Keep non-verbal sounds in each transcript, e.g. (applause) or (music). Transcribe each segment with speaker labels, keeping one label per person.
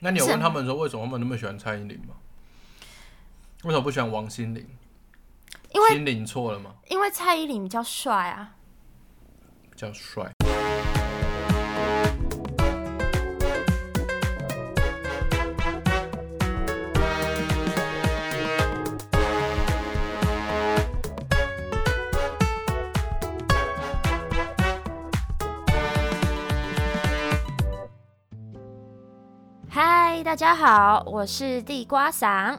Speaker 1: 那你有
Speaker 2: 是啊
Speaker 1: 问他们说为什么他们那么喜欢蔡依林吗？为什么不喜欢王心凌？
Speaker 2: 因为
Speaker 1: 心凌错了吗？
Speaker 2: 因为蔡依林比较帅啊。
Speaker 1: 比较帅。
Speaker 2: 嗨，大家好，我是地瓜嗓。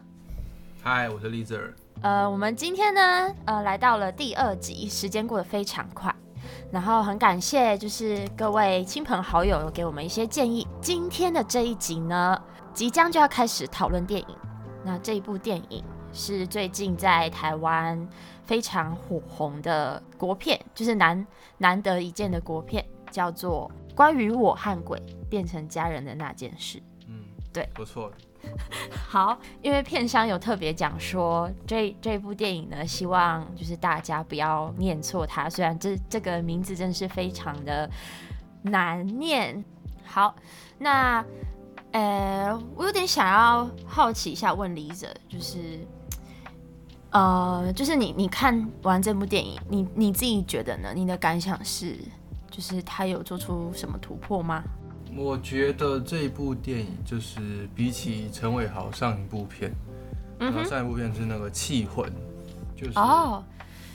Speaker 1: 嗨，我是丽泽尔。
Speaker 2: 呃，我们今天呢，呃，来到了第二集，时间过得非常快。然后很感谢，就是各位亲朋好友有给我们一些建议。今天的这一集呢，即将就要开始讨论电影。那这一部电影是最近在台湾非常火红的国片，就是难难得一见的国片，叫做《关于我和鬼变成家人的那件事》。
Speaker 1: 嗯，
Speaker 2: 对，
Speaker 1: 不错。
Speaker 2: 好，因为片商有特别讲说，这这部电影呢，希望就是大家不要念错它。虽然这这个名字真是非常的难念。好，那呃，我有点想要好奇一下，问李者，就是呃，就是你你看完这部电影，你你自己觉得呢？你的感想是，就是他有做出什么突破吗？
Speaker 1: 我觉得这部电影就是比起陈伟豪上一部片，
Speaker 2: 嗯
Speaker 1: 然后
Speaker 2: 哼，
Speaker 1: 上一部片是那个《气魂》，就是
Speaker 2: 哦，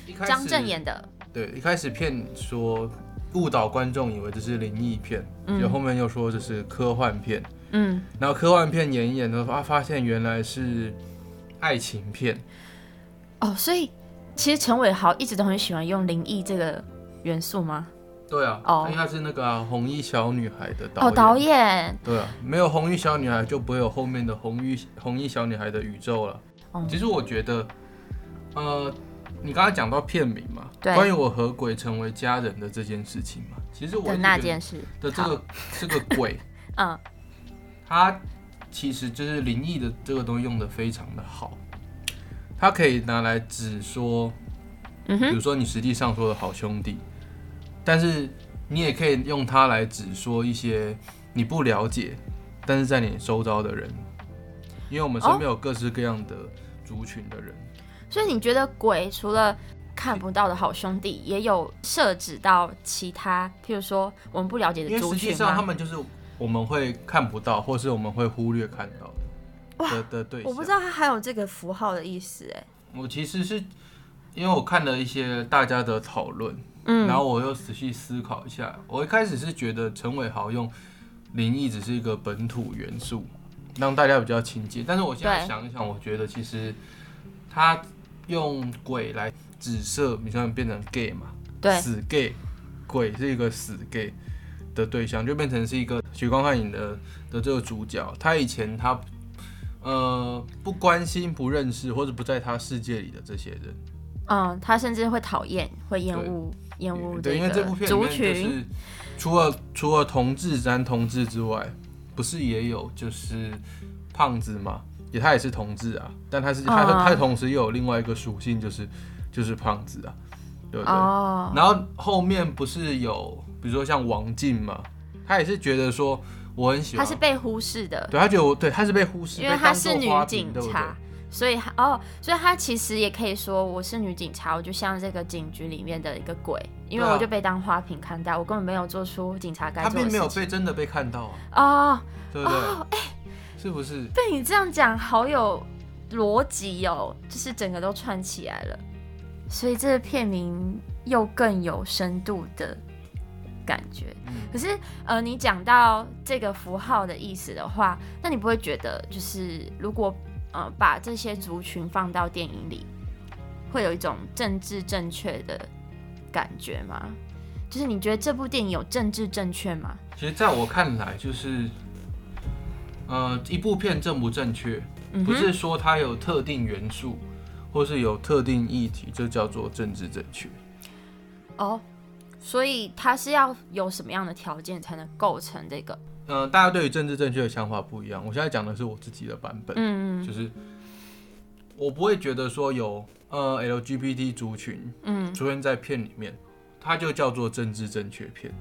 Speaker 1: 一开始
Speaker 2: 张震演的，
Speaker 1: 对，一开始骗说误导观众以为这是灵异片，
Speaker 2: 嗯
Speaker 1: 就后面又说这是科幻片，
Speaker 2: 嗯，
Speaker 1: 然后科幻片演一演的发发现原来是爱情片，
Speaker 2: 哦，所以其实陈伟豪一直都很喜欢用灵异这个元素吗？
Speaker 1: 对啊，
Speaker 2: 哦
Speaker 1: 因为他是那个、啊、红衣小女孩的导
Speaker 2: 哦，
Speaker 1: 演，
Speaker 2: 导演，
Speaker 1: 对啊，没有红衣小女孩就不会有后面的红衣红衣小女孩的宇宙了。
Speaker 2: 嗯
Speaker 1: 其实我觉得，呃，你刚刚讲到片名嘛，
Speaker 2: 对
Speaker 1: 关于我和鬼成为家人的这件事情嘛，其实我
Speaker 2: 的
Speaker 1: 一直觉
Speaker 2: 那
Speaker 1: 得
Speaker 2: 件事
Speaker 1: 的这个 (laughs) 这个鬼。
Speaker 2: 嗯，
Speaker 1: 它其实就是灵异的这个东西用的非常的好，它可以拿来指说，
Speaker 2: 嗯
Speaker 1: 比
Speaker 2: 哼，
Speaker 1: 如说你实际上说的好兄弟，但是你也可以用它来指说一些你不了解，但是在你周遭的人，因为我们身边有各式各样的族群的人，
Speaker 2: 所以你觉得鬼除了看不到的好兄弟，也有涉及到其他，譬如说我们不了解
Speaker 1: 因
Speaker 2: 的
Speaker 1: 为
Speaker 2: 族
Speaker 1: 实际
Speaker 2: 群
Speaker 1: 上他
Speaker 2: 吗？
Speaker 1: 们就是我们会看不到，或是我们会忽略看到
Speaker 2: 哇
Speaker 1: 的的的对象。
Speaker 2: 我不知道他还有这个符号的意思，哎，
Speaker 1: 我其实是因为我看了一些大家的讨论，
Speaker 2: 嗯
Speaker 1: 然后我又仔细思考一下，我一开始是觉得陈伟豪用灵异只是一个本土元素，让大家比较亲近，但是我现在
Speaker 2: 对
Speaker 1: 想一想，我觉得其实他用鬼来指涉，你像变成 gay 嘛，
Speaker 2: 对，
Speaker 1: 死 gay，鬼是一个死 gay 的对象，就变成是一个许光汉影的的这个主角。他以前他呃不关心、不认识或者不在他世界里的这些人，
Speaker 2: 嗯，他甚至会讨厌，会厌恶，厌恶
Speaker 1: 对，因为这
Speaker 2: 个
Speaker 1: 部片里
Speaker 2: 族
Speaker 1: 面就
Speaker 2: 群，
Speaker 1: 是除了除了同志男同志之外，不是也有就是胖子嘛，也他也是同志啊，但他是他的、
Speaker 2: 嗯
Speaker 1: 他同时又有另外一个属性，就是就是胖子啊，对不对？
Speaker 2: 哦，
Speaker 1: 然后后面不是有，比如说像王静嘛，他也是觉得说我很喜
Speaker 2: 他
Speaker 1: 欢，
Speaker 2: 是被忽视的，
Speaker 1: 对他觉得我对他是被忽视，
Speaker 2: 因为
Speaker 1: 被
Speaker 2: 她
Speaker 1: 当
Speaker 2: 是
Speaker 1: 作
Speaker 2: 女
Speaker 1: 花瓶
Speaker 2: 警
Speaker 1: 对不对
Speaker 2: 察，所以她哦，所以她其实也可以说我是女警察，我就像这个警局里面的一个鬼，因为
Speaker 1: 对啊
Speaker 2: 我就被当花瓶看待，我根本没有做出警察该
Speaker 1: 他
Speaker 2: 做的
Speaker 1: 并没
Speaker 2: 事
Speaker 1: 有
Speaker 2: 情。
Speaker 1: 被真的被看到啊，
Speaker 2: 哦，
Speaker 1: 对不对？是不是？
Speaker 2: 被你这样讲，好有逻辑哦，就是整个都串起来了，所以这个片名又更有深度的感觉。
Speaker 1: 嗯，
Speaker 2: 可是，呃，你讲到这个符号的意思的话，那你不会觉得就是如果呃把这些族群放到电影里，会有一种政治正确的感觉吗？就是你觉得这部电影有政治正确吗？
Speaker 1: 其实在我看来，就是呃，一部片正不正确，
Speaker 2: 嗯
Speaker 1: 不
Speaker 2: 哼，
Speaker 1: 是说它有特定元素，或是有特定议题，就叫做政治正确。
Speaker 2: 哦，所以它是要有什么样的条件才能构成这个？
Speaker 1: 呃，大家对于政治正确的想法不一样，我现在讲的是我自己的版本。
Speaker 2: 嗯
Speaker 1: 就是我不会觉得说有呃 LGBT 族群
Speaker 2: 嗯，
Speaker 1: 出现在片里面，它就叫做政治正确片。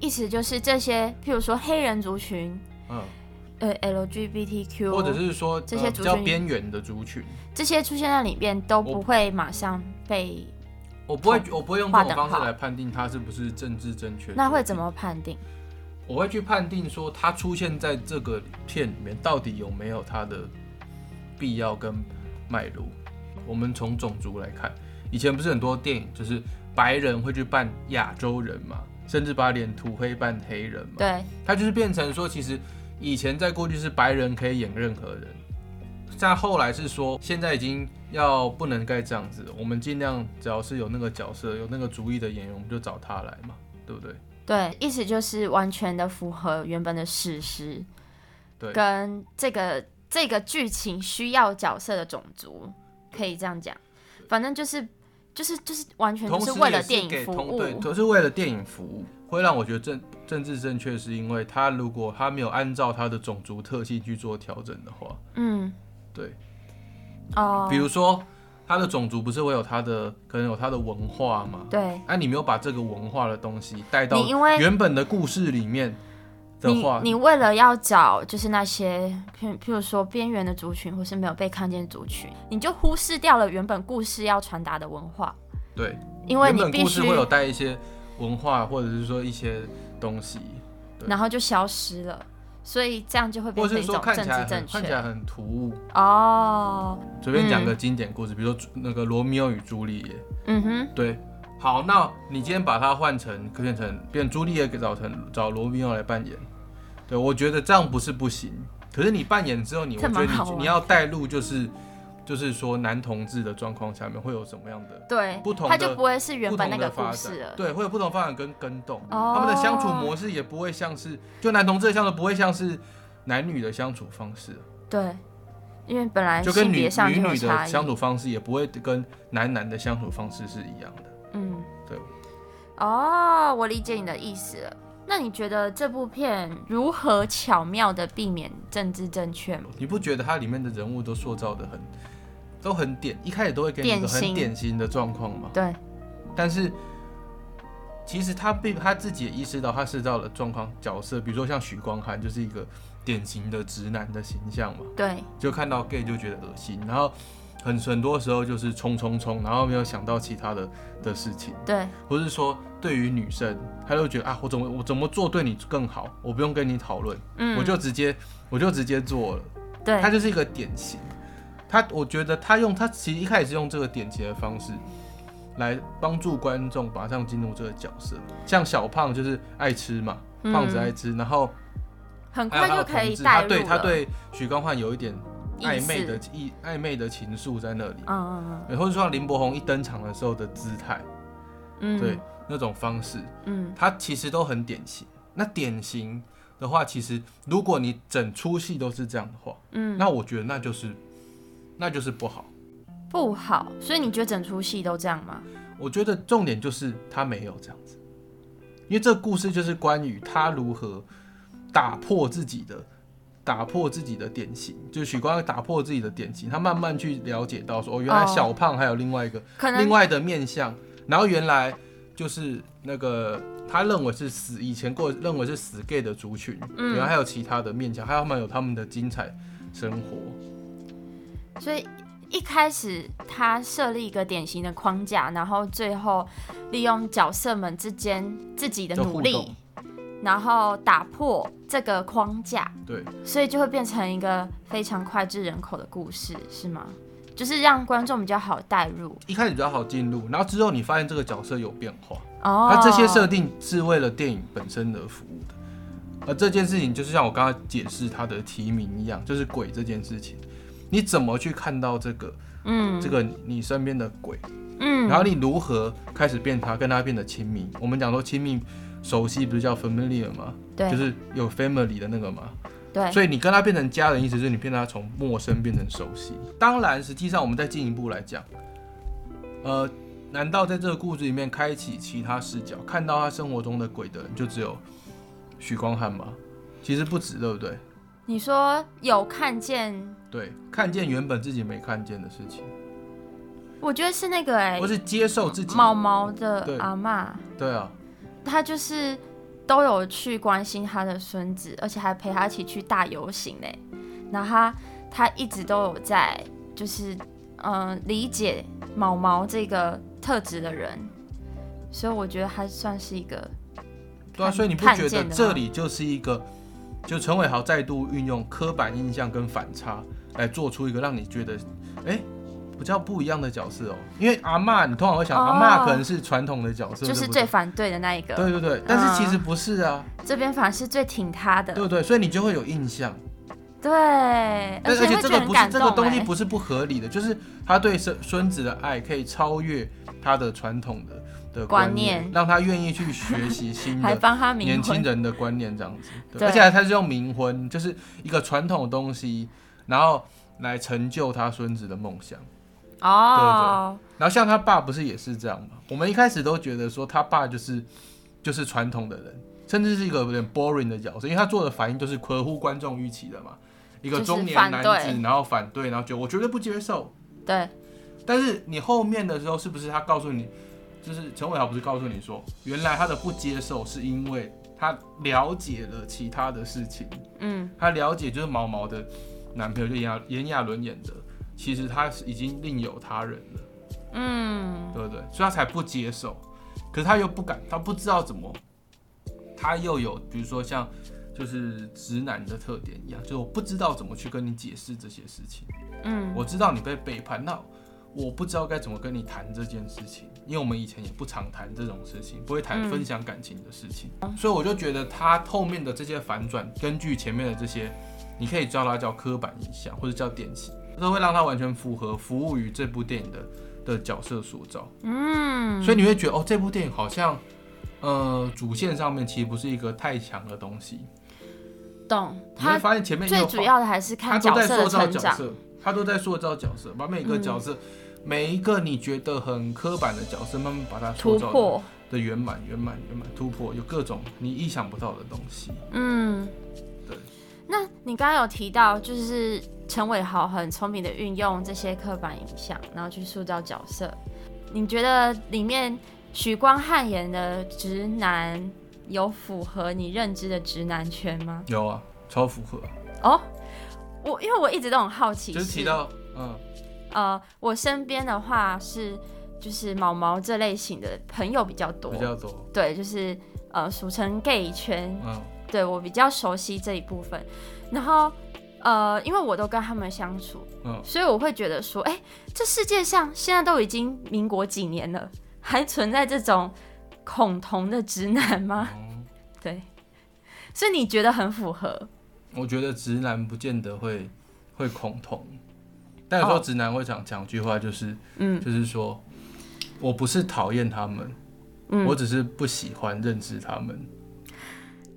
Speaker 2: 意思就是这些，譬如说黑人族群，
Speaker 1: 嗯，
Speaker 2: 呃 LGBTQ，
Speaker 1: 或者是说
Speaker 2: 这些
Speaker 1: 呃
Speaker 2: 族
Speaker 1: 比较
Speaker 2: 群
Speaker 1: 边缘的族群，
Speaker 2: 这些出现在里面都不会马上被，
Speaker 1: 我不会
Speaker 2: 同
Speaker 1: 我不会用
Speaker 2: 划
Speaker 1: 这种
Speaker 2: 等
Speaker 1: 方
Speaker 2: 号
Speaker 1: 式来判定它是不是政治正确。
Speaker 2: 那会怎？么判定？
Speaker 1: 我会去判定说它出现在这个片里面到底有没有它的必要跟脉络。我们从种族来看，以前不是很多电影就是白人会去扮亚洲人嘛，甚至把脸涂黑扮黑人嘛。
Speaker 2: 对，
Speaker 1: 它就是变成说，其实以前在过去是白人可以演任何人，但后来是说现在已经要不能该这样子，我们尽量只要是有那个角色、有那个主意的演员，我们就找他来嘛，对不对？
Speaker 2: 对，意思就是完全的符合原本的事实，
Speaker 1: 对
Speaker 2: 跟这个这个剧情需要角色的种族，可以这样讲。反正就是就是就是完全就
Speaker 1: 同时
Speaker 2: 为了
Speaker 1: 也是
Speaker 2: 电影
Speaker 1: 给
Speaker 2: 服
Speaker 1: 同
Speaker 2: 务， (laughs)
Speaker 1: 对，都是为了电影服务，会让我觉得政政治正确，是因为他如果他没有按照他的种族特性去做调整的话，
Speaker 2: 嗯，
Speaker 1: 对，
Speaker 2: 哦，
Speaker 1: 比如说他的种族不是会有他的可能有他的文化嘛，
Speaker 2: 对，
Speaker 1: 哎、你没有把这个文化的东西带到
Speaker 2: 你因为
Speaker 1: 原本的故事里面的
Speaker 2: 你
Speaker 1: 话，
Speaker 2: 你为了要找就是那些譬譬如说边缘的族群或是没有被看见的族群，你就忽视掉了原本故事要传达的文化，
Speaker 1: 对，
Speaker 2: 因为
Speaker 1: 原
Speaker 2: 你
Speaker 1: 本
Speaker 2: 必
Speaker 1: 故事
Speaker 2: 须，
Speaker 1: 会有带一些文化或者是说一些东西，对
Speaker 2: 然后就消失了，所以这样就会变
Speaker 1: 或
Speaker 2: 成
Speaker 1: 者
Speaker 2: 一
Speaker 1: 是说
Speaker 2: 种
Speaker 1: 看
Speaker 2: 政
Speaker 1: 起来
Speaker 2: 治
Speaker 1: 很
Speaker 2: 正
Speaker 1: 看起来
Speaker 2: 确
Speaker 1: 很突兀。
Speaker 2: 哦，
Speaker 1: 随便讲个经典故事，比如说那个《罗密欧与朱丽叶》，
Speaker 2: 嗯哼，
Speaker 1: 对。好，那你今天把它换成变成变朱丽叶给找成找罗密欧来扮演，对我觉得这样不是不行。可是你扮演之后你，我
Speaker 2: 这
Speaker 1: 觉得
Speaker 2: 蛮好啊
Speaker 1: 你
Speaker 2: 玩
Speaker 1: 你要带入就是就是说男同志的状况下面会有什么样的
Speaker 2: 对
Speaker 1: 不，同
Speaker 2: 它
Speaker 1: 的
Speaker 2: 就不会是原
Speaker 1: 不
Speaker 2: 本
Speaker 1: 同
Speaker 2: 那个
Speaker 1: 的
Speaker 2: 故
Speaker 1: 发
Speaker 2: 事了
Speaker 1: 展，，对，会有不同发展跟跟动，
Speaker 2: 哦
Speaker 1: 他们的相处模式也不会像是就男同志的相处不会像是男女的相处方式，
Speaker 2: 对，因为本来
Speaker 1: 就跟
Speaker 2: 性
Speaker 1: 女
Speaker 2: 别上
Speaker 1: 女
Speaker 2: 就有
Speaker 1: 女的
Speaker 2: 差异，
Speaker 1: 相处方式也不会跟男男的相处方式是一样的，
Speaker 2: 嗯，
Speaker 1: 对。
Speaker 2: 哦，我理解你的意思了。那你觉得这部片如何巧妙的避免政治正确吗？
Speaker 1: 你不觉得它里面的人物都塑造的很都很典，一开始都会给你一个
Speaker 2: 典型
Speaker 1: 很典型的状况嘛？
Speaker 2: 对，
Speaker 1: 但是其实他并他自己也意识到他塑造的状况角色，比如说像许光汉就是一个典型的直男的形象嘛。
Speaker 2: 对，
Speaker 1: 就看到 gay 就觉得恶心，然后很很多时候就是冲冲冲，然后没有想到其他的的事情，
Speaker 2: 对，
Speaker 1: 或是说对于女生，他就觉得啊，我怎么我怎么做对你更好，我不用跟你讨论，
Speaker 2: 嗯，
Speaker 1: 我就直接我就直接做了，
Speaker 2: 对
Speaker 1: 他，就是一个典型。他我觉得他用他其实一开始是用这个典型的方式。来帮助观众马上进入这个角色，像小胖就是爱吃嘛，
Speaker 2: 嗯
Speaker 1: 胖子爱吃，然后
Speaker 2: 很
Speaker 1: 还有他
Speaker 2: 快就
Speaker 1: 的
Speaker 2: 可
Speaker 1: 同
Speaker 2: 以
Speaker 1: 志，
Speaker 2: 带
Speaker 1: 他
Speaker 2: 入
Speaker 1: 对他
Speaker 2: 了，
Speaker 1: 对许光汉有一点
Speaker 2: 意
Speaker 1: 暧
Speaker 2: 思
Speaker 1: 昧的意暧昧的情愫在那里，
Speaker 2: 嗯嗯
Speaker 1: 然后就像林柏宏一登场的时候的姿态，
Speaker 2: 嗯，
Speaker 1: 对，那种方式，
Speaker 2: 嗯，
Speaker 1: 他其实都很典型。那典型的话，其实如果你整出戏都是这样的话，
Speaker 2: 嗯
Speaker 1: 那我觉得那就是那就是不好。
Speaker 2: 不好。所以你觉得整出戏都这样吗？
Speaker 1: 我觉得重点就是他没有这样子，因为这个故事就是关于他如何打破自己的。打破自己的典型，就是许光汉打破自己的典型，他慢慢去了解到说，哦，原来
Speaker 2: 哦
Speaker 1: 小胖还有另外一个
Speaker 2: 可能
Speaker 1: 另外的面相，然后原来就是那个他认为是死以前过认为是死 gay 的族群，
Speaker 2: 嗯
Speaker 1: 原来还有其他的面相，还有他们有他们的精彩生活，
Speaker 2: 所以一开始他设立一个典型的框架，然后最后利用角色们之间自己的
Speaker 1: 就
Speaker 2: 努
Speaker 1: 互
Speaker 2: 力
Speaker 1: 动，
Speaker 2: 然后打破这个框架，
Speaker 1: 对，
Speaker 2: 所以就会变成一个非常脍炙人口的故事，是吗？就是让观众比较好带入
Speaker 1: 一开始比较好进入，然后之后你发现这个角色有变化，
Speaker 2: 哦。
Speaker 1: 他这些设定是为了电影本身而服务的。而这件事情就是像我刚刚解释他的提名一样，就是鬼这件事情，你怎么去看到这个
Speaker 2: 嗯
Speaker 1: 这个你身边的鬼？
Speaker 2: 嗯，
Speaker 1: 然后你如何开始变他，跟他变得亲密？我们讲说亲密、熟悉，不是叫 familiar 吗？
Speaker 2: 对、
Speaker 1: 就是有 family 的那个嘛。
Speaker 2: 对，
Speaker 1: 所以你跟他变成家人，意思是你变他从陌生变成熟悉。当然，实际上我们再进一步来讲，呃，难道在这个故事里面开启其他视角，看到他生活中的鬼的人，就只有许光汉吗？其实不止，对不对？
Speaker 2: 你说有看见，
Speaker 1: 对，看见原本自己没看见的事情，
Speaker 2: 我觉得是那个哎、
Speaker 1: 或是接受自己。
Speaker 2: 毛毛的
Speaker 1: 对
Speaker 2: 阿嬷，
Speaker 1: 对啊，
Speaker 2: 她就是都有去关心他的孙子，而且还陪他一起去大游行呢。然后他他一直都有在，就是嗯、呃理解毛毛这个特质的人，所以我觉得他算是一个
Speaker 1: 对啊，
Speaker 2: 看
Speaker 1: 所以你不
Speaker 2: 看
Speaker 1: 觉得
Speaker 2: 见的
Speaker 1: 这
Speaker 2: 吗
Speaker 1: 里就是一个，就陈伟豪再度运用刻板印象跟反差来做出一个让你觉得，哎、比较不一样的角色哦。因为阿嬷，你通常会想、
Speaker 2: 哦
Speaker 1: 阿嬷可能是传统的角色，
Speaker 2: 就是
Speaker 1: 对
Speaker 2: 最嗯
Speaker 1: 不
Speaker 2: 反对的那一个，
Speaker 1: 对对对对，但是其实不是啊，
Speaker 2: 这边反而是最挺他的
Speaker 1: 对，不对？所以你就会有印象，
Speaker 2: 对，而
Speaker 1: 但而
Speaker 2: 且
Speaker 1: 且
Speaker 2: 会
Speaker 1: 这
Speaker 2: 觉
Speaker 1: 个
Speaker 2: 得很
Speaker 1: 不是
Speaker 2: 感
Speaker 1: 这
Speaker 2: 动、
Speaker 1: 个
Speaker 2: 欸。
Speaker 1: 东西不是不合理的，就是他对孙孙子的爱可以超越他的传统的的
Speaker 2: 观
Speaker 1: 观
Speaker 2: 念
Speaker 1: 让他愿意去学习新
Speaker 2: 还
Speaker 1: 的
Speaker 2: 帮他冥
Speaker 1: 年轻
Speaker 2: 婚，
Speaker 1: 人的观念这样
Speaker 2: (laughs)
Speaker 1: 子，对，
Speaker 2: 对
Speaker 1: 而且他是用冥婚，就是一个传统的东西，然后来成就他孙子的梦想。
Speaker 2: 哦，
Speaker 1: 然后像他爸不是也是这样吗？我们一开始都觉得说他爸就是就是传统的人，甚至是一个有点 boring 的角色，因为他做的反应就是合乎观众预期的嘛，一个
Speaker 2: 就是
Speaker 1: 中年
Speaker 2: 反
Speaker 1: 男
Speaker 2: 对
Speaker 1: 子，然后反对，然后就我绝对不接受。
Speaker 2: 对
Speaker 1: 但是你后面的时候，是不是他告诉你，就是陈伟豪不是告诉你说，原来他的不接受是因为他了解了其他的事情，
Speaker 2: 嗯，
Speaker 1: 他了解就是毛毛的男朋友就炎亚炎亚纶演的，其实他是已经另有他人了，
Speaker 2: 嗯，
Speaker 1: 对不对？所以他才不接受，可是他又不敢，他不知道怎么，他又有比如说像就是直男的特点一样，就是我不知道怎么去跟你解释这些事情。
Speaker 2: 嗯，
Speaker 1: 我知道你被背叛，那我不知道该怎么跟你谈这件事情，因为我们以前也不常谈这种事情，不会谈
Speaker 2: 嗯
Speaker 1: 分享感情的事情，所以我就觉得他后面的这些反转，根据前面的这些，你可以叫它叫刻板印象或者叫典型，这会让它完全符合服务于这部电影的的角色塑造，
Speaker 2: 嗯，
Speaker 1: 所以你会觉得哦，这部电影好像。呃，主线上面其实不是一个太强的东西，
Speaker 2: 懂
Speaker 1: 你会
Speaker 2: 他
Speaker 1: 发现前面也有好
Speaker 2: 最主要的还是
Speaker 1: 他
Speaker 2: 看
Speaker 1: 都
Speaker 2: 角
Speaker 1: 在
Speaker 2: 色
Speaker 1: 塑
Speaker 2: 的
Speaker 1: 造
Speaker 2: 成
Speaker 1: 角
Speaker 2: 长，嗯
Speaker 1: 色，他都在塑造角色，把每个角色、每一个你觉得很刻板的角色，慢慢把它塑
Speaker 2: 突
Speaker 1: 造
Speaker 2: 破，
Speaker 1: 的圆满、圆满、圆满，突破有各种你意想不到的东西。
Speaker 2: 嗯，
Speaker 1: 对。
Speaker 2: 那你刚刚有提到，就是陈伟豪很聪明的运用这些刻板印象，然后去塑造角色。你觉得里面许光汉演的直男有符合你认知的直男圈吗？
Speaker 1: 有啊，超符合，
Speaker 2: 哦，我因为我一直都很好奇，
Speaker 1: 就是提到嗯，
Speaker 2: 呃，我身边的话是就是毛毛这类型的朋友比较多，
Speaker 1: 比较多，
Speaker 2: 对，就是呃俗称 gay 圈，
Speaker 1: 嗯，
Speaker 2: 对我比较熟悉这一部分。然后呃，因为我都跟他们相处，
Speaker 1: 嗯
Speaker 2: 所以我会觉得说，哎、这世界上现在都已经民国几年了，还存在这种恐同的直男吗？
Speaker 1: 哦
Speaker 2: (laughs) 对，所以你觉得很符合？
Speaker 1: 我觉得直男不见得会会恐同，但有时候
Speaker 2: 哦
Speaker 1: 直男会讲讲句话，就是
Speaker 2: 嗯
Speaker 1: 就是说我不是讨厌他们，
Speaker 2: 嗯，
Speaker 1: 我只是不喜欢认识他们。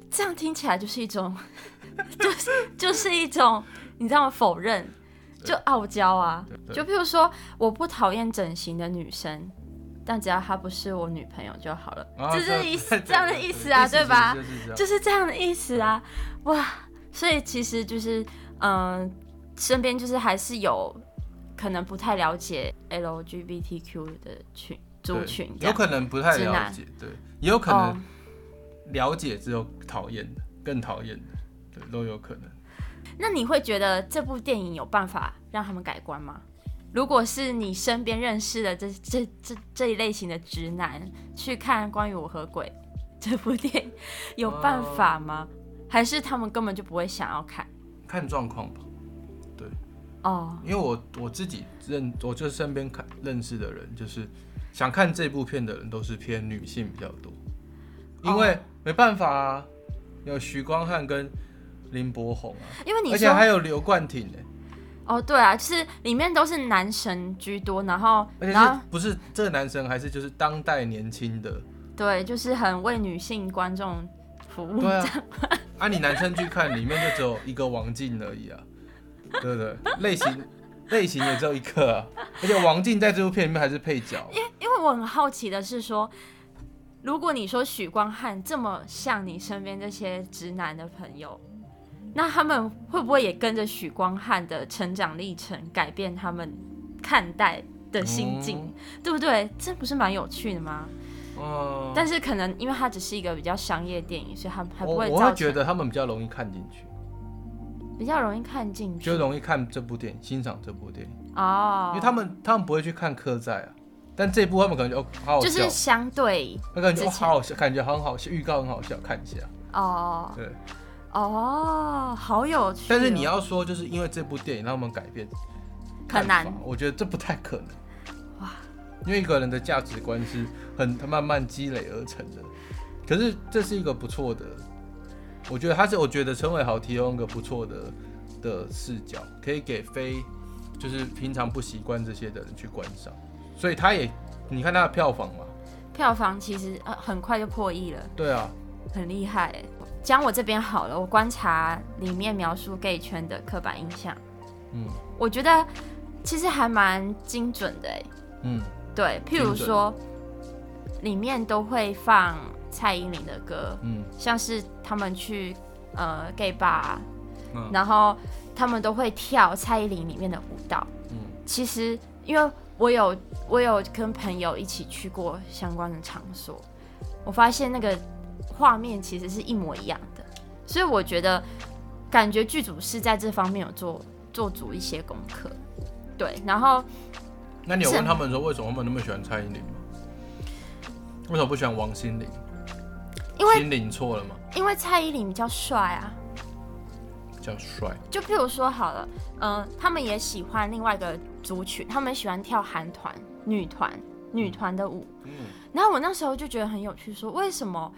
Speaker 2: 这样听起来就是一种， (laughs) 就是就是一种，你知道吗？否认，就傲娇啊。
Speaker 1: 对
Speaker 2: 就譬如说，我不讨厌整形的女生，但只要她不是我女朋友就好了，
Speaker 1: 啊
Speaker 2: 这是意思
Speaker 1: 对对
Speaker 2: 这样的
Speaker 1: 对
Speaker 2: 意思啊，对吧？
Speaker 1: 意思就是这样
Speaker 2: 就是这样的意思啊，哇！所以其实就是，嗯、身边就是还是有可能不太了解 LGBTQ 的群族
Speaker 1: 对
Speaker 2: 群这
Speaker 1: 有
Speaker 2: 样，
Speaker 1: 可能不太
Speaker 2: 直
Speaker 1: 了
Speaker 2: 男
Speaker 1: 解，对，也有可
Speaker 2: 哦
Speaker 1: 能了解之后讨厌的，更讨厌的，对，都有可能。
Speaker 2: 那你会觉得这部电影有办法让他们改观吗？如果是你身边认识的这这这这一类型的直男去看《关于我和鬼》这部电影，有办
Speaker 1: 哦
Speaker 2: 法吗？还是他们根本就不会想要看？
Speaker 1: 看状况吧，
Speaker 2: 哦，
Speaker 1: 因为我我自己认，我就身边看认识的人，就是想看这部片的人都是偏女性比较多，因为
Speaker 2: 哦
Speaker 1: 没办法啊，有徐光汉跟林柏宏啊，
Speaker 2: 因为你
Speaker 1: 而且还
Speaker 2: 说
Speaker 1: 有刘冠廷哎、
Speaker 2: 哦，对啊，就是里面都是男神居多，然后
Speaker 1: 而且
Speaker 2: 然
Speaker 1: 是
Speaker 2: 后
Speaker 1: 不是这个男生还是就是当代年轻的，
Speaker 2: 对，就是很为女性观众服务。
Speaker 1: 对啊，啊，你男生去看里面就只有一个王静而已啊，对不对？类型类型也只有一个、啊，而且王静在这部片里面还是配角，
Speaker 2: 因为我很好奇的是说，如果你说许光汉这么像你身边这些直男的朋友，那他们会不会也跟着许光汉的成长历程改变
Speaker 1: 哦
Speaker 2: 他们看待的心境，对不对？这不是蛮有趣的吗？
Speaker 1: 嗯嗯，
Speaker 2: 但是可能因为它只是一个比较商业电影，所以它还
Speaker 1: 我
Speaker 2: 不会
Speaker 1: 我
Speaker 2: 造
Speaker 1: 会觉
Speaker 2: 成
Speaker 1: 得他们比较容易看进去，
Speaker 2: 比较容易看进去
Speaker 1: 就容易看这部电影，欣赏这部电影，
Speaker 2: 哦，
Speaker 1: 因为他们他们不会去看客在啊，但这一部他们可能就哦好好
Speaker 2: 就
Speaker 1: 笑
Speaker 2: 是，相对
Speaker 1: 他感觉
Speaker 2: 之
Speaker 1: 哦
Speaker 2: 前
Speaker 1: 好好笑，感觉很好笑，预告很好笑，看一下，
Speaker 2: 哦
Speaker 1: 对。
Speaker 2: 哦，好有趣哦、
Speaker 1: 但是你要说就是因为这部电影让他们改变看
Speaker 2: 很
Speaker 1: 法
Speaker 2: 难，
Speaker 1: 我觉得这不太可能。因为一个人的价值观是很慢慢积累而成的，可是这是一个不错的，我觉得他是我觉得陈伟豪提供一个不错的的视角，可以给非就是平常不习惯这些的人去观赏，所以他也你看他的票房嘛，
Speaker 2: 票房其实呃很快就破亿了，
Speaker 1: 对啊，
Speaker 2: 很厉害欸。讲我这边好了，我观察里面描述 gay 圈的刻板印象，
Speaker 1: 嗯
Speaker 2: 我觉得其实还蛮精准的哎。
Speaker 1: 嗯
Speaker 2: 对，譬如说，里面都会放蔡依林的歌，
Speaker 1: 嗯
Speaker 2: 像是他们去呃 gay bar，
Speaker 1: 嗯
Speaker 2: 然后他们都会跳蔡依林里面的舞蹈。
Speaker 1: 嗯
Speaker 2: 其实因为我有我有跟朋友一起去过相关的场所，我发现那个画面其实是一模一样的，所以我觉得感觉剧组是在这方面有做做足一些功课。对，然后
Speaker 1: 那你有问
Speaker 2: 是
Speaker 1: 他们说为什么他们那么喜欢蔡依林吗？为什么不喜欢王心凌？
Speaker 2: 因为
Speaker 1: 心凌错了吗？
Speaker 2: 因为蔡依林比较帅啊，
Speaker 1: 叫帅，
Speaker 2: 就譬如说好了，嗯、他们也喜欢另外一个族群，他们喜欢跳韩团、女团、女团的舞。
Speaker 1: 嗯
Speaker 2: 然后我那时候就觉得很有趣，说为什么，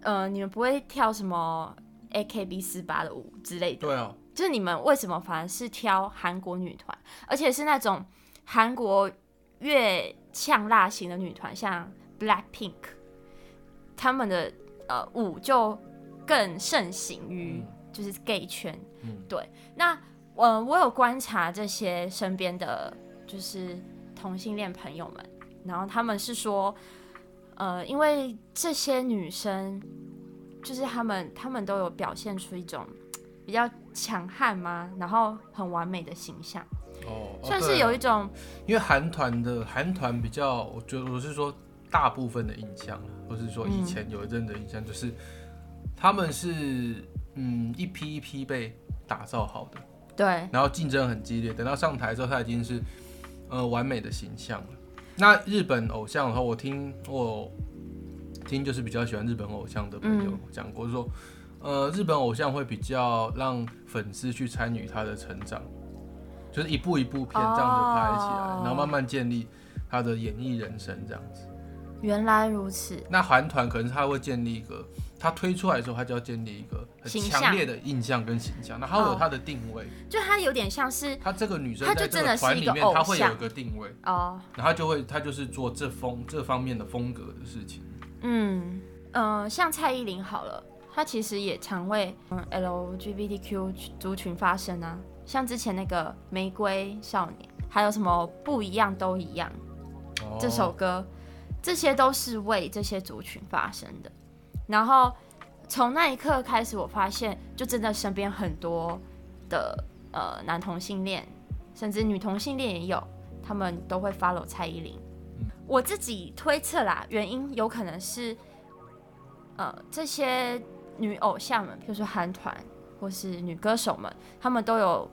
Speaker 2: 呃，你们不会跳什么 A K B 四八的舞之类的，
Speaker 1: 对啊，
Speaker 2: 就是你们为什么反而是挑韩国女团，而且是那种韩国越呛辣型的女团，像 Black Pink，他们的呃舞就更盛行于
Speaker 1: 嗯
Speaker 2: 就是 gay 圈，
Speaker 1: 嗯
Speaker 2: 对。那呃，我有观察这些身边的就是同性恋朋友们，然后他们是说，呃，因为这些女生就是他们，他们都有表现出一种比较强悍嘛，然后很完美的形象，
Speaker 1: 哦，
Speaker 2: 算
Speaker 1: 对
Speaker 2: 是
Speaker 1: 啊
Speaker 2: 有一种
Speaker 1: 因为韩团的韩团比较，我觉得我是说大部分的印象，啊或是说以前有一阵的印象，就是、他们是嗯一批一批被打造好的，
Speaker 2: 对
Speaker 1: 然后竞争很激烈，等到上台之后，他已经是呃完美的形象了。那日本偶像的话，我听我听就是比较喜欢日本偶像的朋友
Speaker 2: 嗯
Speaker 1: 讲过，说呃日本偶像会比较让粉丝去参与他的成长，就是一步一步片这样子拍起来，
Speaker 2: 哦
Speaker 1: 然后慢慢建立他的演艺人生这样子。
Speaker 2: 原来如此，
Speaker 1: 那韩团可能是他会建立一个，他推出来的时候，他就要建立一个很
Speaker 2: 形
Speaker 1: 强
Speaker 2: 象
Speaker 1: 烈的印象跟形象，那他有
Speaker 2: 哦
Speaker 1: 他的定位。
Speaker 2: 就它有点像是
Speaker 1: 她这个女生
Speaker 2: 她
Speaker 1: 在
Speaker 2: 就
Speaker 1: 这
Speaker 2: 真
Speaker 1: 个
Speaker 2: 的是
Speaker 1: 团
Speaker 2: 一
Speaker 1: 里
Speaker 2: 个
Speaker 1: 面，
Speaker 2: 偶
Speaker 1: 她会有
Speaker 2: 像
Speaker 1: 一个定位，
Speaker 2: 哦，
Speaker 1: 然后她就会她就是做这风这方面的风格的事情。
Speaker 2: 嗯呃，像蔡依林好了，她其实也常为嗯 LGBTQ 族群发声啊，像之前那个《玫瑰少年》，还有什么不一样都一样。
Speaker 1: 哦
Speaker 2: 这首歌，这些都是为这些族群发生的。然后从那一刻开始，我发现就真的身边很多的呃男同性恋，甚至女同性恋也有，他们都会 follow 蔡依林。我自己推测啦，原因有可能是呃这些女偶像们，比如说韩团或是女歌手们，她们都有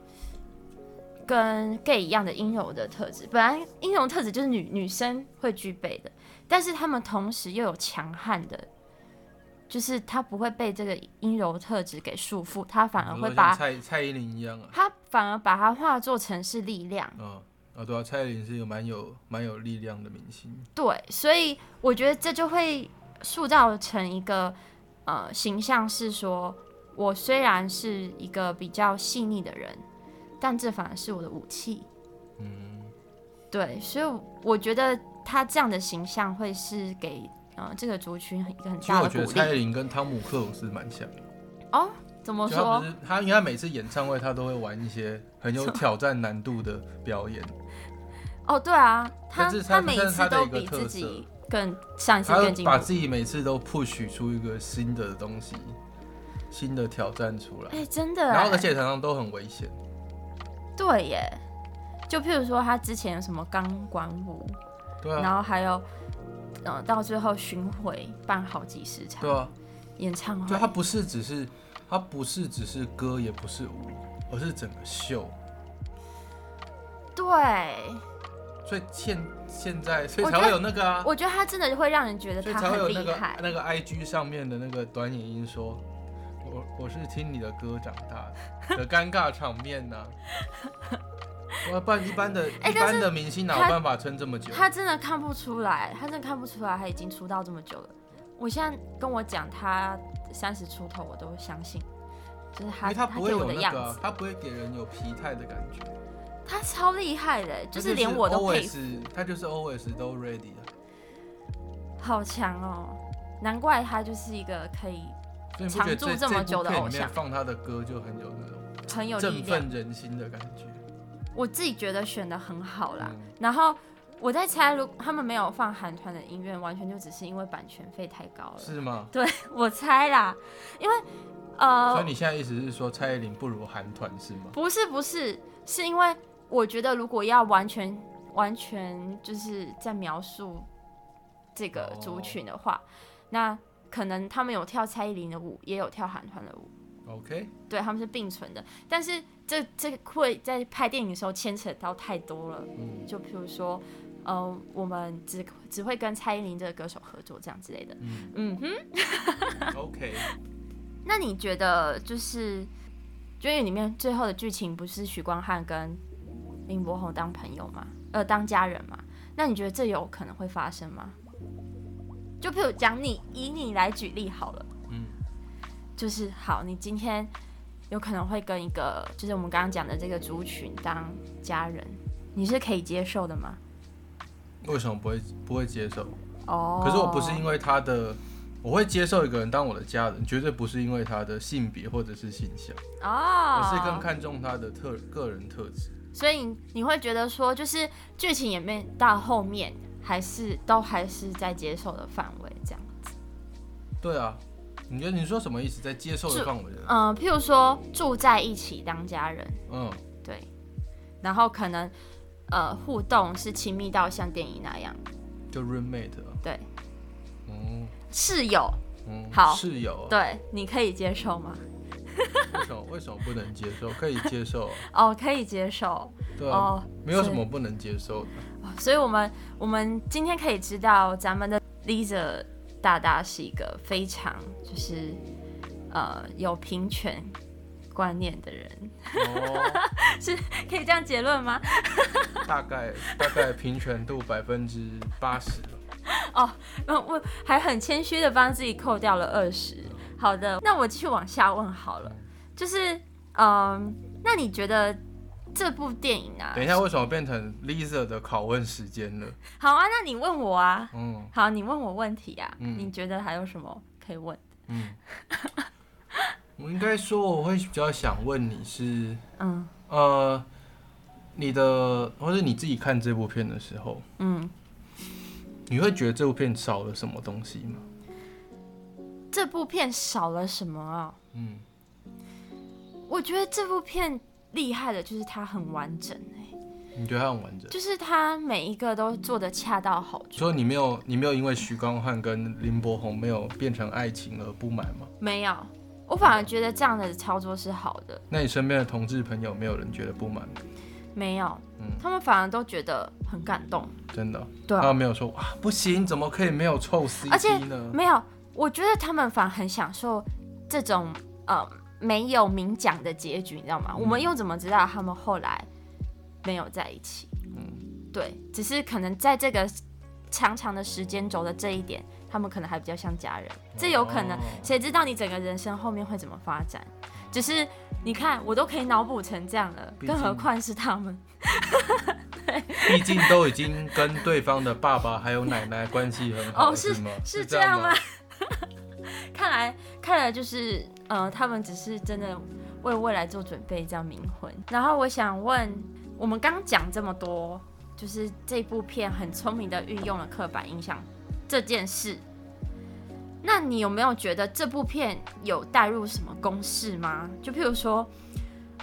Speaker 2: 跟 gay 一样的阴柔的特质。本来阴柔特质就是女女生会具备的，但是她们同时又有强悍的，就是她不会被这个阴柔特质给束缚，她反而
Speaker 1: 比如
Speaker 2: 会
Speaker 1: 说
Speaker 2: 把
Speaker 1: 像蔡蔡依林一样啊，
Speaker 2: 她反而把它化作成是力量。
Speaker 1: 嗯啊对啊，蔡依林是一个蛮有蛮有力量的明星。
Speaker 2: 对，所以我觉得这就会塑造成一个呃形象，是说我虽然是一个比较细腻的人，但这反而是我的武器。
Speaker 1: 嗯，
Speaker 2: 对，所以我觉得他这样的形象会是给呃这个族群一个很
Speaker 1: 其实
Speaker 2: 大
Speaker 1: 我
Speaker 2: 的
Speaker 1: 觉得
Speaker 2: 鼓
Speaker 1: 蔡
Speaker 2: 励。
Speaker 1: 依林跟汤姆克鲁斯蛮像的，
Speaker 2: 哦，怎么
Speaker 1: 就他
Speaker 2: 说
Speaker 1: 不？是他，因为他每次演唱会他都会玩一些很有挑战难度的表
Speaker 2: (laughs)
Speaker 1: 演，
Speaker 2: 哦，对啊，他
Speaker 1: 但是
Speaker 2: 他
Speaker 1: 他
Speaker 2: 每
Speaker 1: 但是
Speaker 2: 次
Speaker 1: 他的
Speaker 2: 都
Speaker 1: 一个
Speaker 2: 比
Speaker 1: 特
Speaker 2: 自
Speaker 1: 色
Speaker 2: 己更上一次
Speaker 1: 他
Speaker 2: 更进步
Speaker 1: 把。自己每次都 push 出一个新的东西，新的挑战出来，
Speaker 2: 哎、真的、欸。
Speaker 1: 然后而且常常都很危险。
Speaker 2: 对耶，就譬如说他之前有什么钢管舞，
Speaker 1: 对啊，
Speaker 2: 然后还有呃，到最后巡回办好几十场
Speaker 1: 对啊，
Speaker 2: 演唱会，
Speaker 1: 就它不是只是它不是只是歌，也不是舞，而是整个秀。
Speaker 2: 对，
Speaker 1: 所以现现在，所以
Speaker 2: 我
Speaker 1: 才
Speaker 2: 觉
Speaker 1: 会
Speaker 2: 得
Speaker 1: 有那个啊，
Speaker 2: 我觉得他真的会让人觉得
Speaker 1: 所以
Speaker 2: 他
Speaker 1: 才会
Speaker 2: 很
Speaker 1: 有
Speaker 2: 厉
Speaker 1: 那个
Speaker 2: 害。
Speaker 1: 那个 IG 上面的那个短影音说，我我是听你的歌长大的的尴尬场面呢、我不然一般的、
Speaker 2: 哎
Speaker 1: 一
Speaker 2: 但是
Speaker 1: 般的明星哪有
Speaker 2: 他
Speaker 1: 办法撑这么久？
Speaker 2: 他真的看不出来，他真的看不出来，他已经出道这么久了。我现在跟我讲他三十出头，我都相信，就是
Speaker 1: 因
Speaker 2: 他
Speaker 1: 为他不
Speaker 2: 他
Speaker 1: 会
Speaker 2: 给我
Speaker 1: 有
Speaker 2: 的
Speaker 1: 那
Speaker 2: 样
Speaker 1: 个啊
Speaker 2: 子，，
Speaker 1: 他不会给人有疲态的感觉，
Speaker 2: 他超厉害的，
Speaker 1: 他
Speaker 2: 就是连我都佩服，
Speaker 1: always, 他就是 always 都 ready 的，
Speaker 2: (laughs) 好强哦！难怪他就是一个可以
Speaker 1: 所以你不觉得
Speaker 2: 常驻
Speaker 1: 这
Speaker 2: 这么久
Speaker 1: 部
Speaker 2: 的
Speaker 1: 片
Speaker 2: 偶
Speaker 1: 里面
Speaker 2: 像
Speaker 1: 放他的歌就很有那种
Speaker 2: 很有力
Speaker 1: 振
Speaker 2: 量。
Speaker 1: 奋人心的感觉？
Speaker 2: 我自己觉得选的很好啦。
Speaker 1: 嗯
Speaker 2: 然后我在猜，如他们没有放韩团的音乐，完全就只是因为版权费太高了。
Speaker 1: 是吗？
Speaker 2: (laughs) 我猜啦，因为
Speaker 1: 所
Speaker 2: 呃
Speaker 1: 以，你现在意思是说蔡依林不如韩团是吗？
Speaker 2: 不是不是，是因为我觉得如果要完全完全就是在描述这个族群的话，
Speaker 1: 哦
Speaker 2: 那可能他们有跳蔡依林的舞，也有跳韩团的舞，
Speaker 1: OK，
Speaker 2: 对，他们是并存的。但是这这个会在拍电影的时候牵扯到太多了，
Speaker 1: 嗯
Speaker 2: 就譬如说，呃，我们只只会跟蔡依林这个歌手合作这样之类的。
Speaker 1: 嗯
Speaker 2: 嗯哼，
Speaker 1: (laughs) ，OK，
Speaker 2: 那你觉得就是《追影》里面最后的剧情不是许光汉跟林柏宏当朋友吗？呃，当家人吗？那你觉得这有可能会发生吗？就譬如讲你以你来举例好了，
Speaker 1: 嗯，
Speaker 2: 就是好，你今天有可能会跟一个就是我们刚刚讲的这个族群当家人，你是可以接受的吗？
Speaker 1: 为什么不会不会接受？
Speaker 2: 哦，
Speaker 1: 可是我不是因为他的，我会接受一个人当我的家人，绝对不是因为他的性别或者是性向，
Speaker 2: 哦，
Speaker 1: 而是更看重他的特个人特质。
Speaker 2: 所以你你会觉得说，就是剧情演变到后面，还是都还是在接受的范围这样。
Speaker 1: 对啊，你觉得你说什么意思？在接受的
Speaker 2: 是
Speaker 1: 范围内，
Speaker 2: 嗯、譬如说住在一起当家人，
Speaker 1: 嗯，
Speaker 2: 对，然后可能呃互动是亲密到像电影那样，
Speaker 1: 就 roommate 啊，
Speaker 2: 对，
Speaker 1: 嗯
Speaker 2: 室友，
Speaker 1: 嗯，
Speaker 2: 好
Speaker 1: 室友啊，
Speaker 2: 对，你可以接受吗？
Speaker 1: 为什么为什么不能接受？可以接 (laughs) 受啊，
Speaker 2: 哦，可以接受
Speaker 1: 对啊，
Speaker 2: 哦，
Speaker 1: 没有
Speaker 2: 是
Speaker 1: 什么不能接受的。
Speaker 2: 哦所以我们我们今天可以知道，咱们的 Lisa 大大是一个非常就是呃有平权观念的人，
Speaker 1: (laughs) 哦，
Speaker 2: 可以这样结论吗？ (laughs)
Speaker 1: 大概大概平权度百分之八十。
Speaker 2: 嗯，我还很谦虚的帮自己扣掉了二十。好的，那我继续往下问好了，就是嗯，那你觉得这部电影啊
Speaker 1: 等？一下，为什么变成 Lisa 的拷问时间了？
Speaker 2: 好啊，那你问我啊。
Speaker 1: 嗯
Speaker 2: 好，你问我问题啊，
Speaker 1: 嗯
Speaker 2: 你觉得还有什么可以问？
Speaker 1: 嗯，我应该说我会比较想问你是
Speaker 2: 嗯
Speaker 1: 呃，你的或者你自己看这部片的时候，
Speaker 2: 嗯，
Speaker 1: 你会觉得这部片少了什么东西吗？
Speaker 2: 这部片少了什么啊？
Speaker 1: 嗯，
Speaker 2: 我觉得这部片厉害的就是它很完整、欸，
Speaker 1: 你觉得它很完整？
Speaker 2: 就是它每一个都做的恰到好处。
Speaker 1: 所以你没有你没有因为徐光汉跟林柏宏没有变成爱情而不满吗？
Speaker 2: 没有，我反而觉得这样的操作是好的。
Speaker 1: 那你身边的同志朋友没有人觉得不满吗？
Speaker 2: 没有，
Speaker 1: 嗯
Speaker 2: 他们反而都觉得很感动。
Speaker 1: 真的哦，
Speaker 2: 对啊
Speaker 1: 他们没有说哇不行，怎么可以没有臭
Speaker 2: 而且
Speaker 1: CP 呢？
Speaker 2: 没有，我觉得他们反而很享受这种呃没有明讲的结局，你知道吗？
Speaker 1: 嗯
Speaker 2: 我们又怎么知道他们后来没有在一起？嗯，对，只是可能在这个长长的时间轴的这一点，他们可能还比较像家人，这有可能
Speaker 1: 哦。
Speaker 2: 谁知道你整个人生后面会怎么发展？只是你看，我都可以脑补成这样了，
Speaker 1: 毕
Speaker 2: 更何
Speaker 1: 竟
Speaker 2: 况是他们。
Speaker 1: (laughs) 毕竟都已经跟对方的爸爸还有奶奶关系很好，
Speaker 2: 哦
Speaker 1: 是吗？
Speaker 2: 是
Speaker 1: 这
Speaker 2: 这样
Speaker 1: 吗
Speaker 2: 吗？ (laughs) 看来，看来就是，呃，他们只是真的为未来做准备，这样冥婚。然后我想问，我们刚讲这么多，就是这部片很聪明的运用了刻板印象这件事，那你有没有觉得这部片有带入什么公式吗？就譬如说，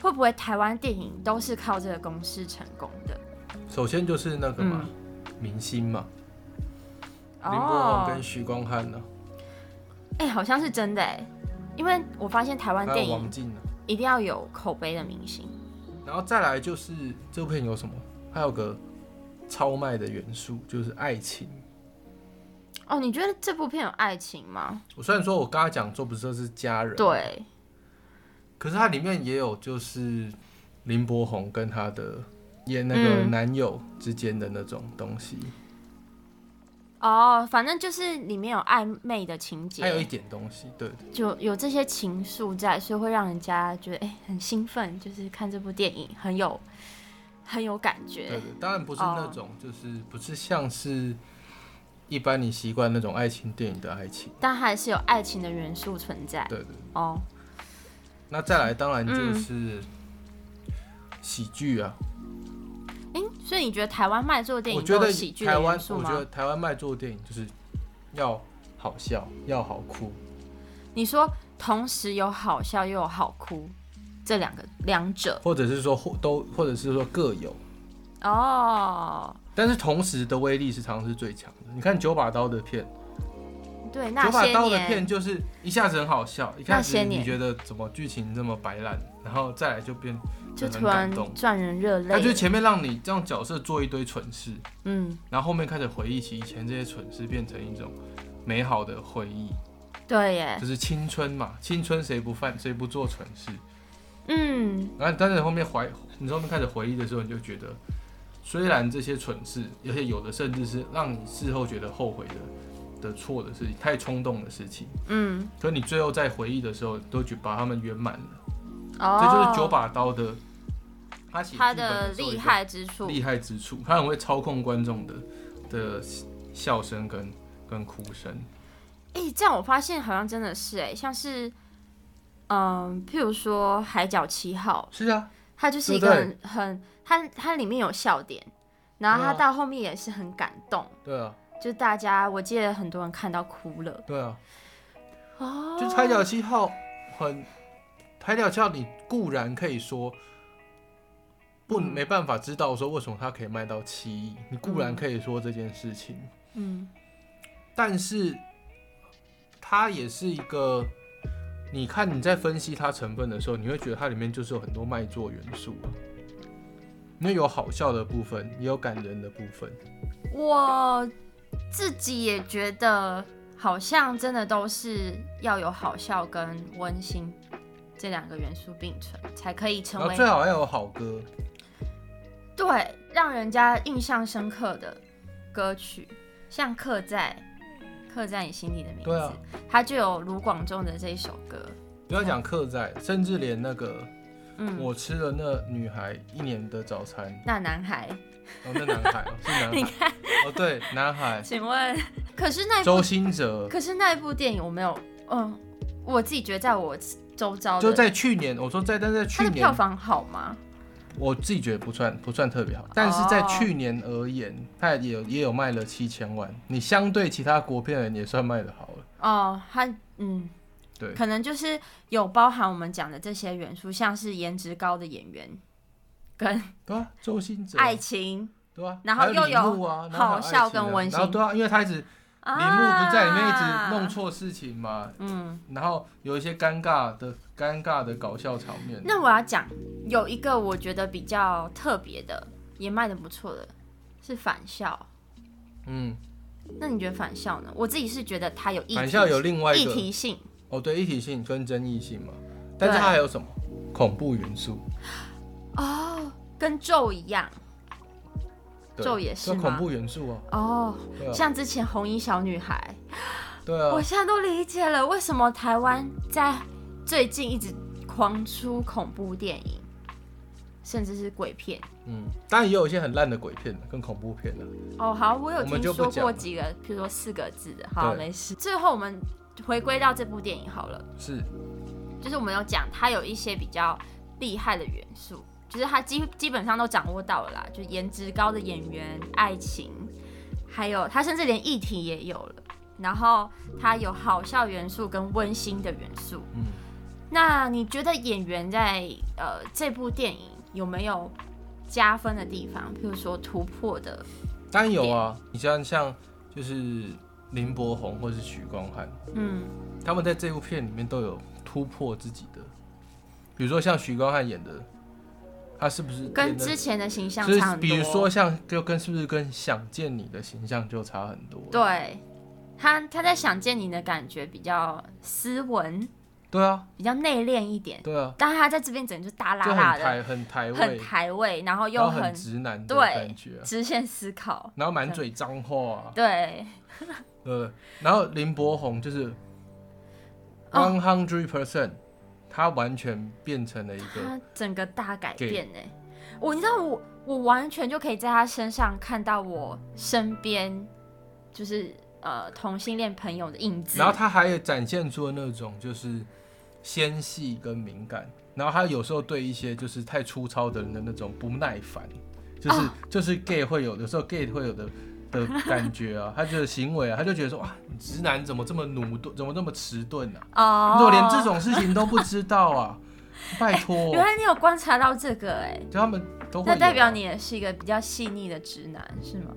Speaker 2: 会不会台湾电影都是靠这个公式成功的？嗯
Speaker 1: 首先就是那个嘛，明星嘛，
Speaker 2: 哦
Speaker 1: 林柏宏跟徐光汉呢、
Speaker 2: 哎、好像是真的哎、因为我发现台湾
Speaker 1: 还
Speaker 2: 电
Speaker 1: 有王
Speaker 2: 影
Speaker 1: 静呢、
Speaker 2: 一定要有口碑的明星。
Speaker 1: 然后再来就是这部片有什么？还有个超卖的元素，就是爱情。
Speaker 2: 哦，你觉得这部片有爱情吗？
Speaker 1: 我虽然说我刚才讲说不是这是家人，，
Speaker 2: 对，
Speaker 1: 可是它里面也有就是林柏宏跟他的演那个
Speaker 2: 嗯
Speaker 1: 男友之间的那种东西，
Speaker 2: 哦，反正就是里面有暧昧的情
Speaker 1: 还有一
Speaker 2: 节，
Speaker 1: 点东西，对，
Speaker 2: 就有这些情愫在，所以会让人家觉得哎、很兴奋，就是看这部电影很有很有感觉。
Speaker 1: 对对，当然不是
Speaker 2: 哦
Speaker 1: 那种，就是不是像是一般你习惯那种爱情电影的爱情。
Speaker 2: 但还是有爱情的元素存在
Speaker 1: 对对，
Speaker 2: 哦。
Speaker 1: 那再来当然
Speaker 2: 嗯
Speaker 1: 就是喜剧啊。
Speaker 2: 哎、所以你觉得台湾卖座电
Speaker 1: 我
Speaker 2: 影
Speaker 1: 觉
Speaker 2: 都
Speaker 1: 得
Speaker 2: 有喜剧
Speaker 1: 台
Speaker 2: 的
Speaker 1: 湾
Speaker 2: 元，素
Speaker 1: 我觉得
Speaker 2: 吗？
Speaker 1: 台湾卖座电影就是要好笑，要好哭。
Speaker 2: 你说同时有好笑又有好哭，这两个两者
Speaker 1: 或者是说或都，或者是说各有，
Speaker 2: 哦，
Speaker 1: 但是同时的威力是常常是最强的。你看九把刀的片，
Speaker 2: 对，那
Speaker 1: 九把
Speaker 2: 些
Speaker 1: 刀的片
Speaker 2: 年
Speaker 1: 就是一下子很好笑，一
Speaker 2: 那
Speaker 1: 开
Speaker 2: 些
Speaker 1: 始你
Speaker 2: 年
Speaker 1: 觉得怎么剧情这么白烂，然后再来就变
Speaker 2: 就
Speaker 1: 很
Speaker 2: 突然
Speaker 1: 感动
Speaker 2: 赚人热泪
Speaker 1: 他就是
Speaker 2: 了，
Speaker 1: 前面让你让角色做一堆蠢事，
Speaker 2: 嗯，
Speaker 1: 然后后面开始回忆起以前这些蠢事，变成一种美好的回忆，
Speaker 2: 对耶，
Speaker 1: 就是青春嘛，青春谁不犯谁不做蠢事。
Speaker 2: 嗯，
Speaker 1: 然后但是后面怀你后面开始回忆的时候，你就觉得，虽然这些蠢事，而且有的甚至是让你事后觉得后悔的的错的事情，太冲动的事情，
Speaker 2: 嗯，
Speaker 1: 可你最后在回忆的时候，都觉把他们圆满了。
Speaker 2: 哦，
Speaker 1: 这就是九把刀的他写
Speaker 2: 他
Speaker 1: 剧本
Speaker 2: 的
Speaker 1: 时候
Speaker 2: 厉
Speaker 1: 一个
Speaker 2: 害之处，
Speaker 1: 厉害之处，他很会操控观众的的笑声跟跟哭声。
Speaker 2: 哎、这样我发现好像真的是哎，像是，嗯，譬如说《海角七号》，
Speaker 1: 是啊，
Speaker 2: 它就是一个
Speaker 1: 对不
Speaker 2: 很很，它它里面有笑点，然后
Speaker 1: 对
Speaker 2: 它
Speaker 1: 啊
Speaker 2: 到后面也是很感动，
Speaker 1: 对啊，
Speaker 2: 就大家我记得很多人看到哭了
Speaker 1: 对啊，
Speaker 2: 哦，
Speaker 1: 就《海角七号》很，《海角七号》你固然可以说不
Speaker 2: 嗯
Speaker 1: 没办法知道说为什么它可以卖到七亿，你固然
Speaker 2: 嗯
Speaker 1: 可以说这件事情，
Speaker 2: 嗯
Speaker 1: 但是它也是一个。你看你在分析它成分的时候，你会觉得它里面就是有很多卖座元素啊，因为有好笑的部分，也有感人的部分。
Speaker 2: 我自己也觉得好像真的都是要有好笑跟温馨这两个元素并存，才可以
Speaker 1: 然
Speaker 2: 成
Speaker 1: 后
Speaker 2: 为
Speaker 1: 啊最好要有好歌，
Speaker 2: 对让人家印象深刻的歌曲，像刻在刻在你心里的名字，
Speaker 1: 对啊
Speaker 2: 它就有卢广仲的这一首歌，
Speaker 1: 不要讲客在，甚至连那个
Speaker 2: 嗯，
Speaker 1: 我吃了那女孩一年的早餐，
Speaker 2: 那
Speaker 1: (laughs)
Speaker 2: 男孩，
Speaker 1: 哦，那男
Speaker 2: (laughs)
Speaker 1: 孩哦，是
Speaker 2: 你
Speaker 1: 男孩，哦对，男孩，
Speaker 2: 请问， (laughs) 可是那一部
Speaker 1: 周兴哲，
Speaker 2: 可是那一部电影我没有，嗯，我自己觉得在我周遭的
Speaker 1: 就在去年，我说在，但是在
Speaker 2: 它
Speaker 1: 去
Speaker 2: 哦的票
Speaker 1: 年，
Speaker 2: 房好吗？
Speaker 1: 我自己觉得不算不算特别好，但是在去年而言，它也有也有卖了七千万，你相对其他国片人也算卖的好了，
Speaker 2: 哦，它嗯，
Speaker 1: 对
Speaker 2: 可能就是有包含我们讲的这些元素，像是颜值高的演员、跟
Speaker 1: 对啊，周兴哲，
Speaker 2: 爱情
Speaker 1: 对啊，
Speaker 2: 然后
Speaker 1: 还
Speaker 2: 又有
Speaker 1: 有铃木啊，然后还有
Speaker 2: 好笑
Speaker 1: 爱情啊
Speaker 2: 跟温馨
Speaker 1: 然后对啊，因为他一直
Speaker 2: 啊，
Speaker 1: 铃木不在里面一直弄，错事情嘛，
Speaker 2: 嗯。
Speaker 1: 然后有一些尴尬的尴尬的搞笑场面。
Speaker 2: 那我要讲有一个我觉得比较特别的，也卖的不错的，是返校。
Speaker 1: 嗯，
Speaker 2: 那你觉得返校呢？我自己是觉得它有议
Speaker 1: 返
Speaker 2: 题
Speaker 1: 校有另外一
Speaker 2: 议
Speaker 1: 个
Speaker 2: 题性，
Speaker 1: 哦，对，一体性跟争议性嘛，但是
Speaker 2: 对
Speaker 1: 它还有什么恐怖元素？
Speaker 2: 跟咒一样
Speaker 1: 对
Speaker 2: 咒也是
Speaker 1: 对
Speaker 2: 吗
Speaker 1: 恐怖元素啊，
Speaker 2: 哦。
Speaker 1: 对啊，
Speaker 2: 像之前红衣小女孩，
Speaker 1: 对啊
Speaker 2: 我，现在都理解了为什么台湾在最近一直狂出恐怖电影，甚至是鬼片。
Speaker 1: 嗯，当然也有一些很烂的鬼片跟恐怖片的，
Speaker 2: 哦，好，我有
Speaker 1: 我们
Speaker 2: 听
Speaker 1: 就
Speaker 2: 说
Speaker 1: 不讲
Speaker 2: 过
Speaker 1: 了
Speaker 2: 几个，譬如说四个字的，好，
Speaker 1: 对
Speaker 2: 没事。最后我们回归到这部电影好了，
Speaker 1: 是
Speaker 2: 就是我们有讲它有一些比较厉害的元素，就是它基基本上都掌握到了啦，就颜值高的演员、爱情，还有它甚至连议题也有了，然后它有好笑元素跟温馨的元素。
Speaker 1: 嗯，
Speaker 2: 那你觉得演员在呃这部电影有没有加分的地方？譬如说突破的，
Speaker 1: 当然有啊。你像像就是林柏宏或是许光汉，
Speaker 2: 嗯
Speaker 1: 他们在这部片里面都有突破自己的，比如说像许光汉演的，他是不是
Speaker 2: 跟
Speaker 1: 演的
Speaker 2: 之前的形象
Speaker 1: 就是
Speaker 2: 差很多。
Speaker 1: 比如说像就跟是不是跟想见你的形象就差很多？
Speaker 2: 对他他在想见你的感觉比较斯文，
Speaker 1: 对啊，
Speaker 2: 比较内敛一点，
Speaker 1: 对啊，
Speaker 2: 但他在这边整个就大
Speaker 1: 就
Speaker 2: 辣
Speaker 1: 很
Speaker 2: 辣的，
Speaker 1: 台很台
Speaker 2: 很
Speaker 1: 味，
Speaker 2: 台位，然后
Speaker 1: 然
Speaker 2: 又
Speaker 1: 后
Speaker 2: 很
Speaker 1: 很直男的
Speaker 2: 对
Speaker 1: 感觉啊、
Speaker 2: 直线思考，
Speaker 1: 然后满嘴脏话、啊，
Speaker 2: 对，
Speaker 1: 对不对。然后林柏宏就是
Speaker 2: 哦
Speaker 1: one hundred percent，他完全变成了一个
Speaker 2: 他整个大改
Speaker 1: 给
Speaker 2: 变呢、欸我你知道我我完全就可以在他身上看到我身边就是呃同性恋朋友的影子
Speaker 1: 然，后他还有展现出了那种就是纤细跟敏感，然后他有时候对一些就是太粗糙的人的那种不耐烦，就是、
Speaker 2: 哦
Speaker 1: 就是 gay 会有的时候 gay 会有的的感觉啊，他的行为啊，他就觉得说哇，你直男怎么这么努钝，怎么这么迟钝啊？
Speaker 2: 哦
Speaker 1: 你，怎么连这种事情都不知道啊？拜托
Speaker 2: 原，来你有观察到这个哎、
Speaker 1: 就他们都会、
Speaker 2: 那代表。你也是一个比较细腻的直男是吗？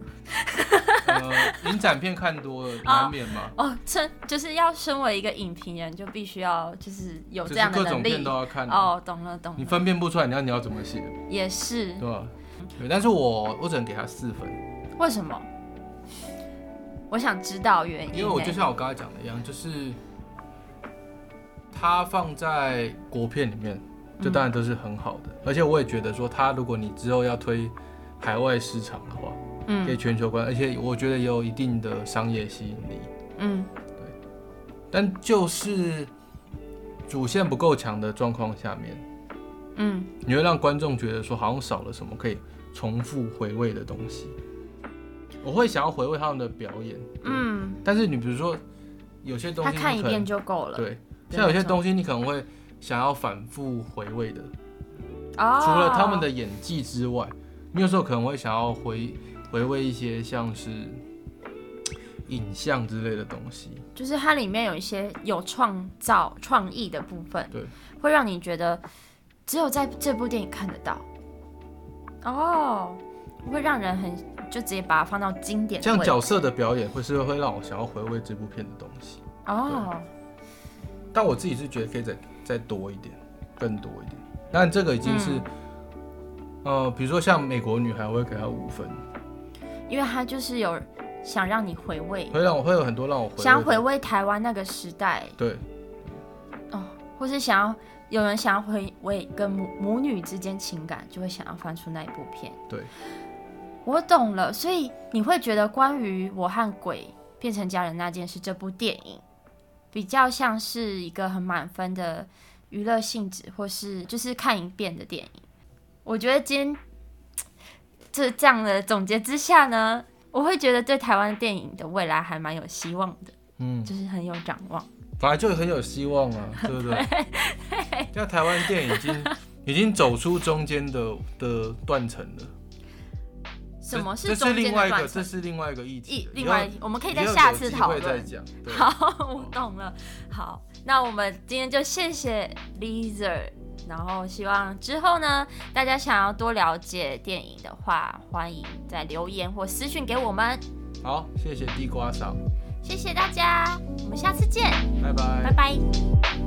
Speaker 1: 呃，影展片看多了，难免嘛，
Speaker 2: 哦，这就是要身为一个影评人，就必须要就是有
Speaker 1: 就
Speaker 2: 这
Speaker 1: 是
Speaker 2: 样的
Speaker 1: 各种
Speaker 2: 能
Speaker 1: 片
Speaker 2: 力
Speaker 1: 都。要看啊，
Speaker 2: 哦，嗯懂了懂
Speaker 1: 你
Speaker 2: 了，
Speaker 1: 分辨不出来，你要你要怎么写？
Speaker 2: 也是
Speaker 1: 对吧？对，但是我我只能给他四分，
Speaker 2: 为什么？我想知道原因欸、
Speaker 1: 因为我就像我刚才讲的一样，就是他放在国片里面，就
Speaker 2: 嗯
Speaker 1: 当然都是很好的，而且我也觉得说，他如果你之后要推海外市场的话，给
Speaker 2: 嗯
Speaker 1: 全球观，而且我觉得也有一定的商业吸引力，
Speaker 2: 嗯
Speaker 1: 但就是主线不够强的状况下面，
Speaker 2: 嗯，
Speaker 1: 你会让观众觉得说好像少了什么可以重复回味的东西。我会想要回味他们的表演，
Speaker 2: 嗯，
Speaker 1: 但是你比如说有些东西
Speaker 2: 他
Speaker 1: 你
Speaker 2: 看一
Speaker 1: 可能
Speaker 2: 遍就够了。
Speaker 1: 对，
Speaker 2: 对
Speaker 1: 像有
Speaker 2: 没
Speaker 1: 些
Speaker 2: 错
Speaker 1: 东西你可能会想要反复回味的，
Speaker 2: 哦，
Speaker 1: 除了他们的演技之外，你有时候可能会想要回回味一些像是影像之类的东西。
Speaker 2: 就是它里面有一些有创造创意的部分，
Speaker 1: 对，
Speaker 2: 会让你觉得只有在这部电影看得到。哦，会让人很就直接把它放到经典的
Speaker 1: 像
Speaker 2: 位置
Speaker 1: 角色的表演，会是会让我想要回味这部片的东西。
Speaker 2: 哦，
Speaker 1: 但我自己是觉得可以再再多一点，更多一点。但这个已经是，
Speaker 2: 嗯
Speaker 1: 呃，比如说像美国女孩，我会给她五分，
Speaker 2: 因为它就是有想让你回味，
Speaker 1: 会让我会有很多让我回味的。
Speaker 2: 想要回味台湾那个时代，哦
Speaker 1: 对
Speaker 2: 或是想要有人想要回味跟母母女之间情感，就会想要翻出那一部片。
Speaker 1: 对，
Speaker 2: 我懂了，所以你会觉得关于我和鬼变成家人那件事，这部电影比较像是一个很满分的娱乐性质，或是就是看一遍的电影。我觉得今天这这样的总结之下呢，我会觉得对台湾电影的未来还蛮有希望的，
Speaker 1: 嗯，
Speaker 2: 就是很有展望。
Speaker 1: 本来就很有希望啊，对不对？
Speaker 2: (laughs)
Speaker 1: 像台湾电影已经已经走出中间的的断层了，
Speaker 2: 什么
Speaker 1: 这
Speaker 2: 是
Speaker 1: 这是
Speaker 2: 中
Speaker 1: 另
Speaker 2: 间
Speaker 1: 外
Speaker 2: 的
Speaker 1: 一
Speaker 2: 断
Speaker 1: 个，这
Speaker 2: 层？
Speaker 1: 是另外一个议
Speaker 2: 一
Speaker 1: 题，
Speaker 2: 另外
Speaker 1: 以后
Speaker 2: 我们可以
Speaker 1: 以
Speaker 2: 在
Speaker 1: 后
Speaker 2: 下
Speaker 1: 有
Speaker 2: 次
Speaker 1: 机
Speaker 2: 讨
Speaker 1: 会再
Speaker 2: 论。
Speaker 1: 讲。对，
Speaker 2: 好，我懂了。好，那我们今天就谢谢 Lizard，然后希望之后呢，大家想要多了解电影的话，欢迎在留言或私讯给我们。
Speaker 1: 好，谢谢地瓜嫂，
Speaker 2: 谢谢大家，我们下次见，
Speaker 1: 拜拜
Speaker 2: 拜。拜。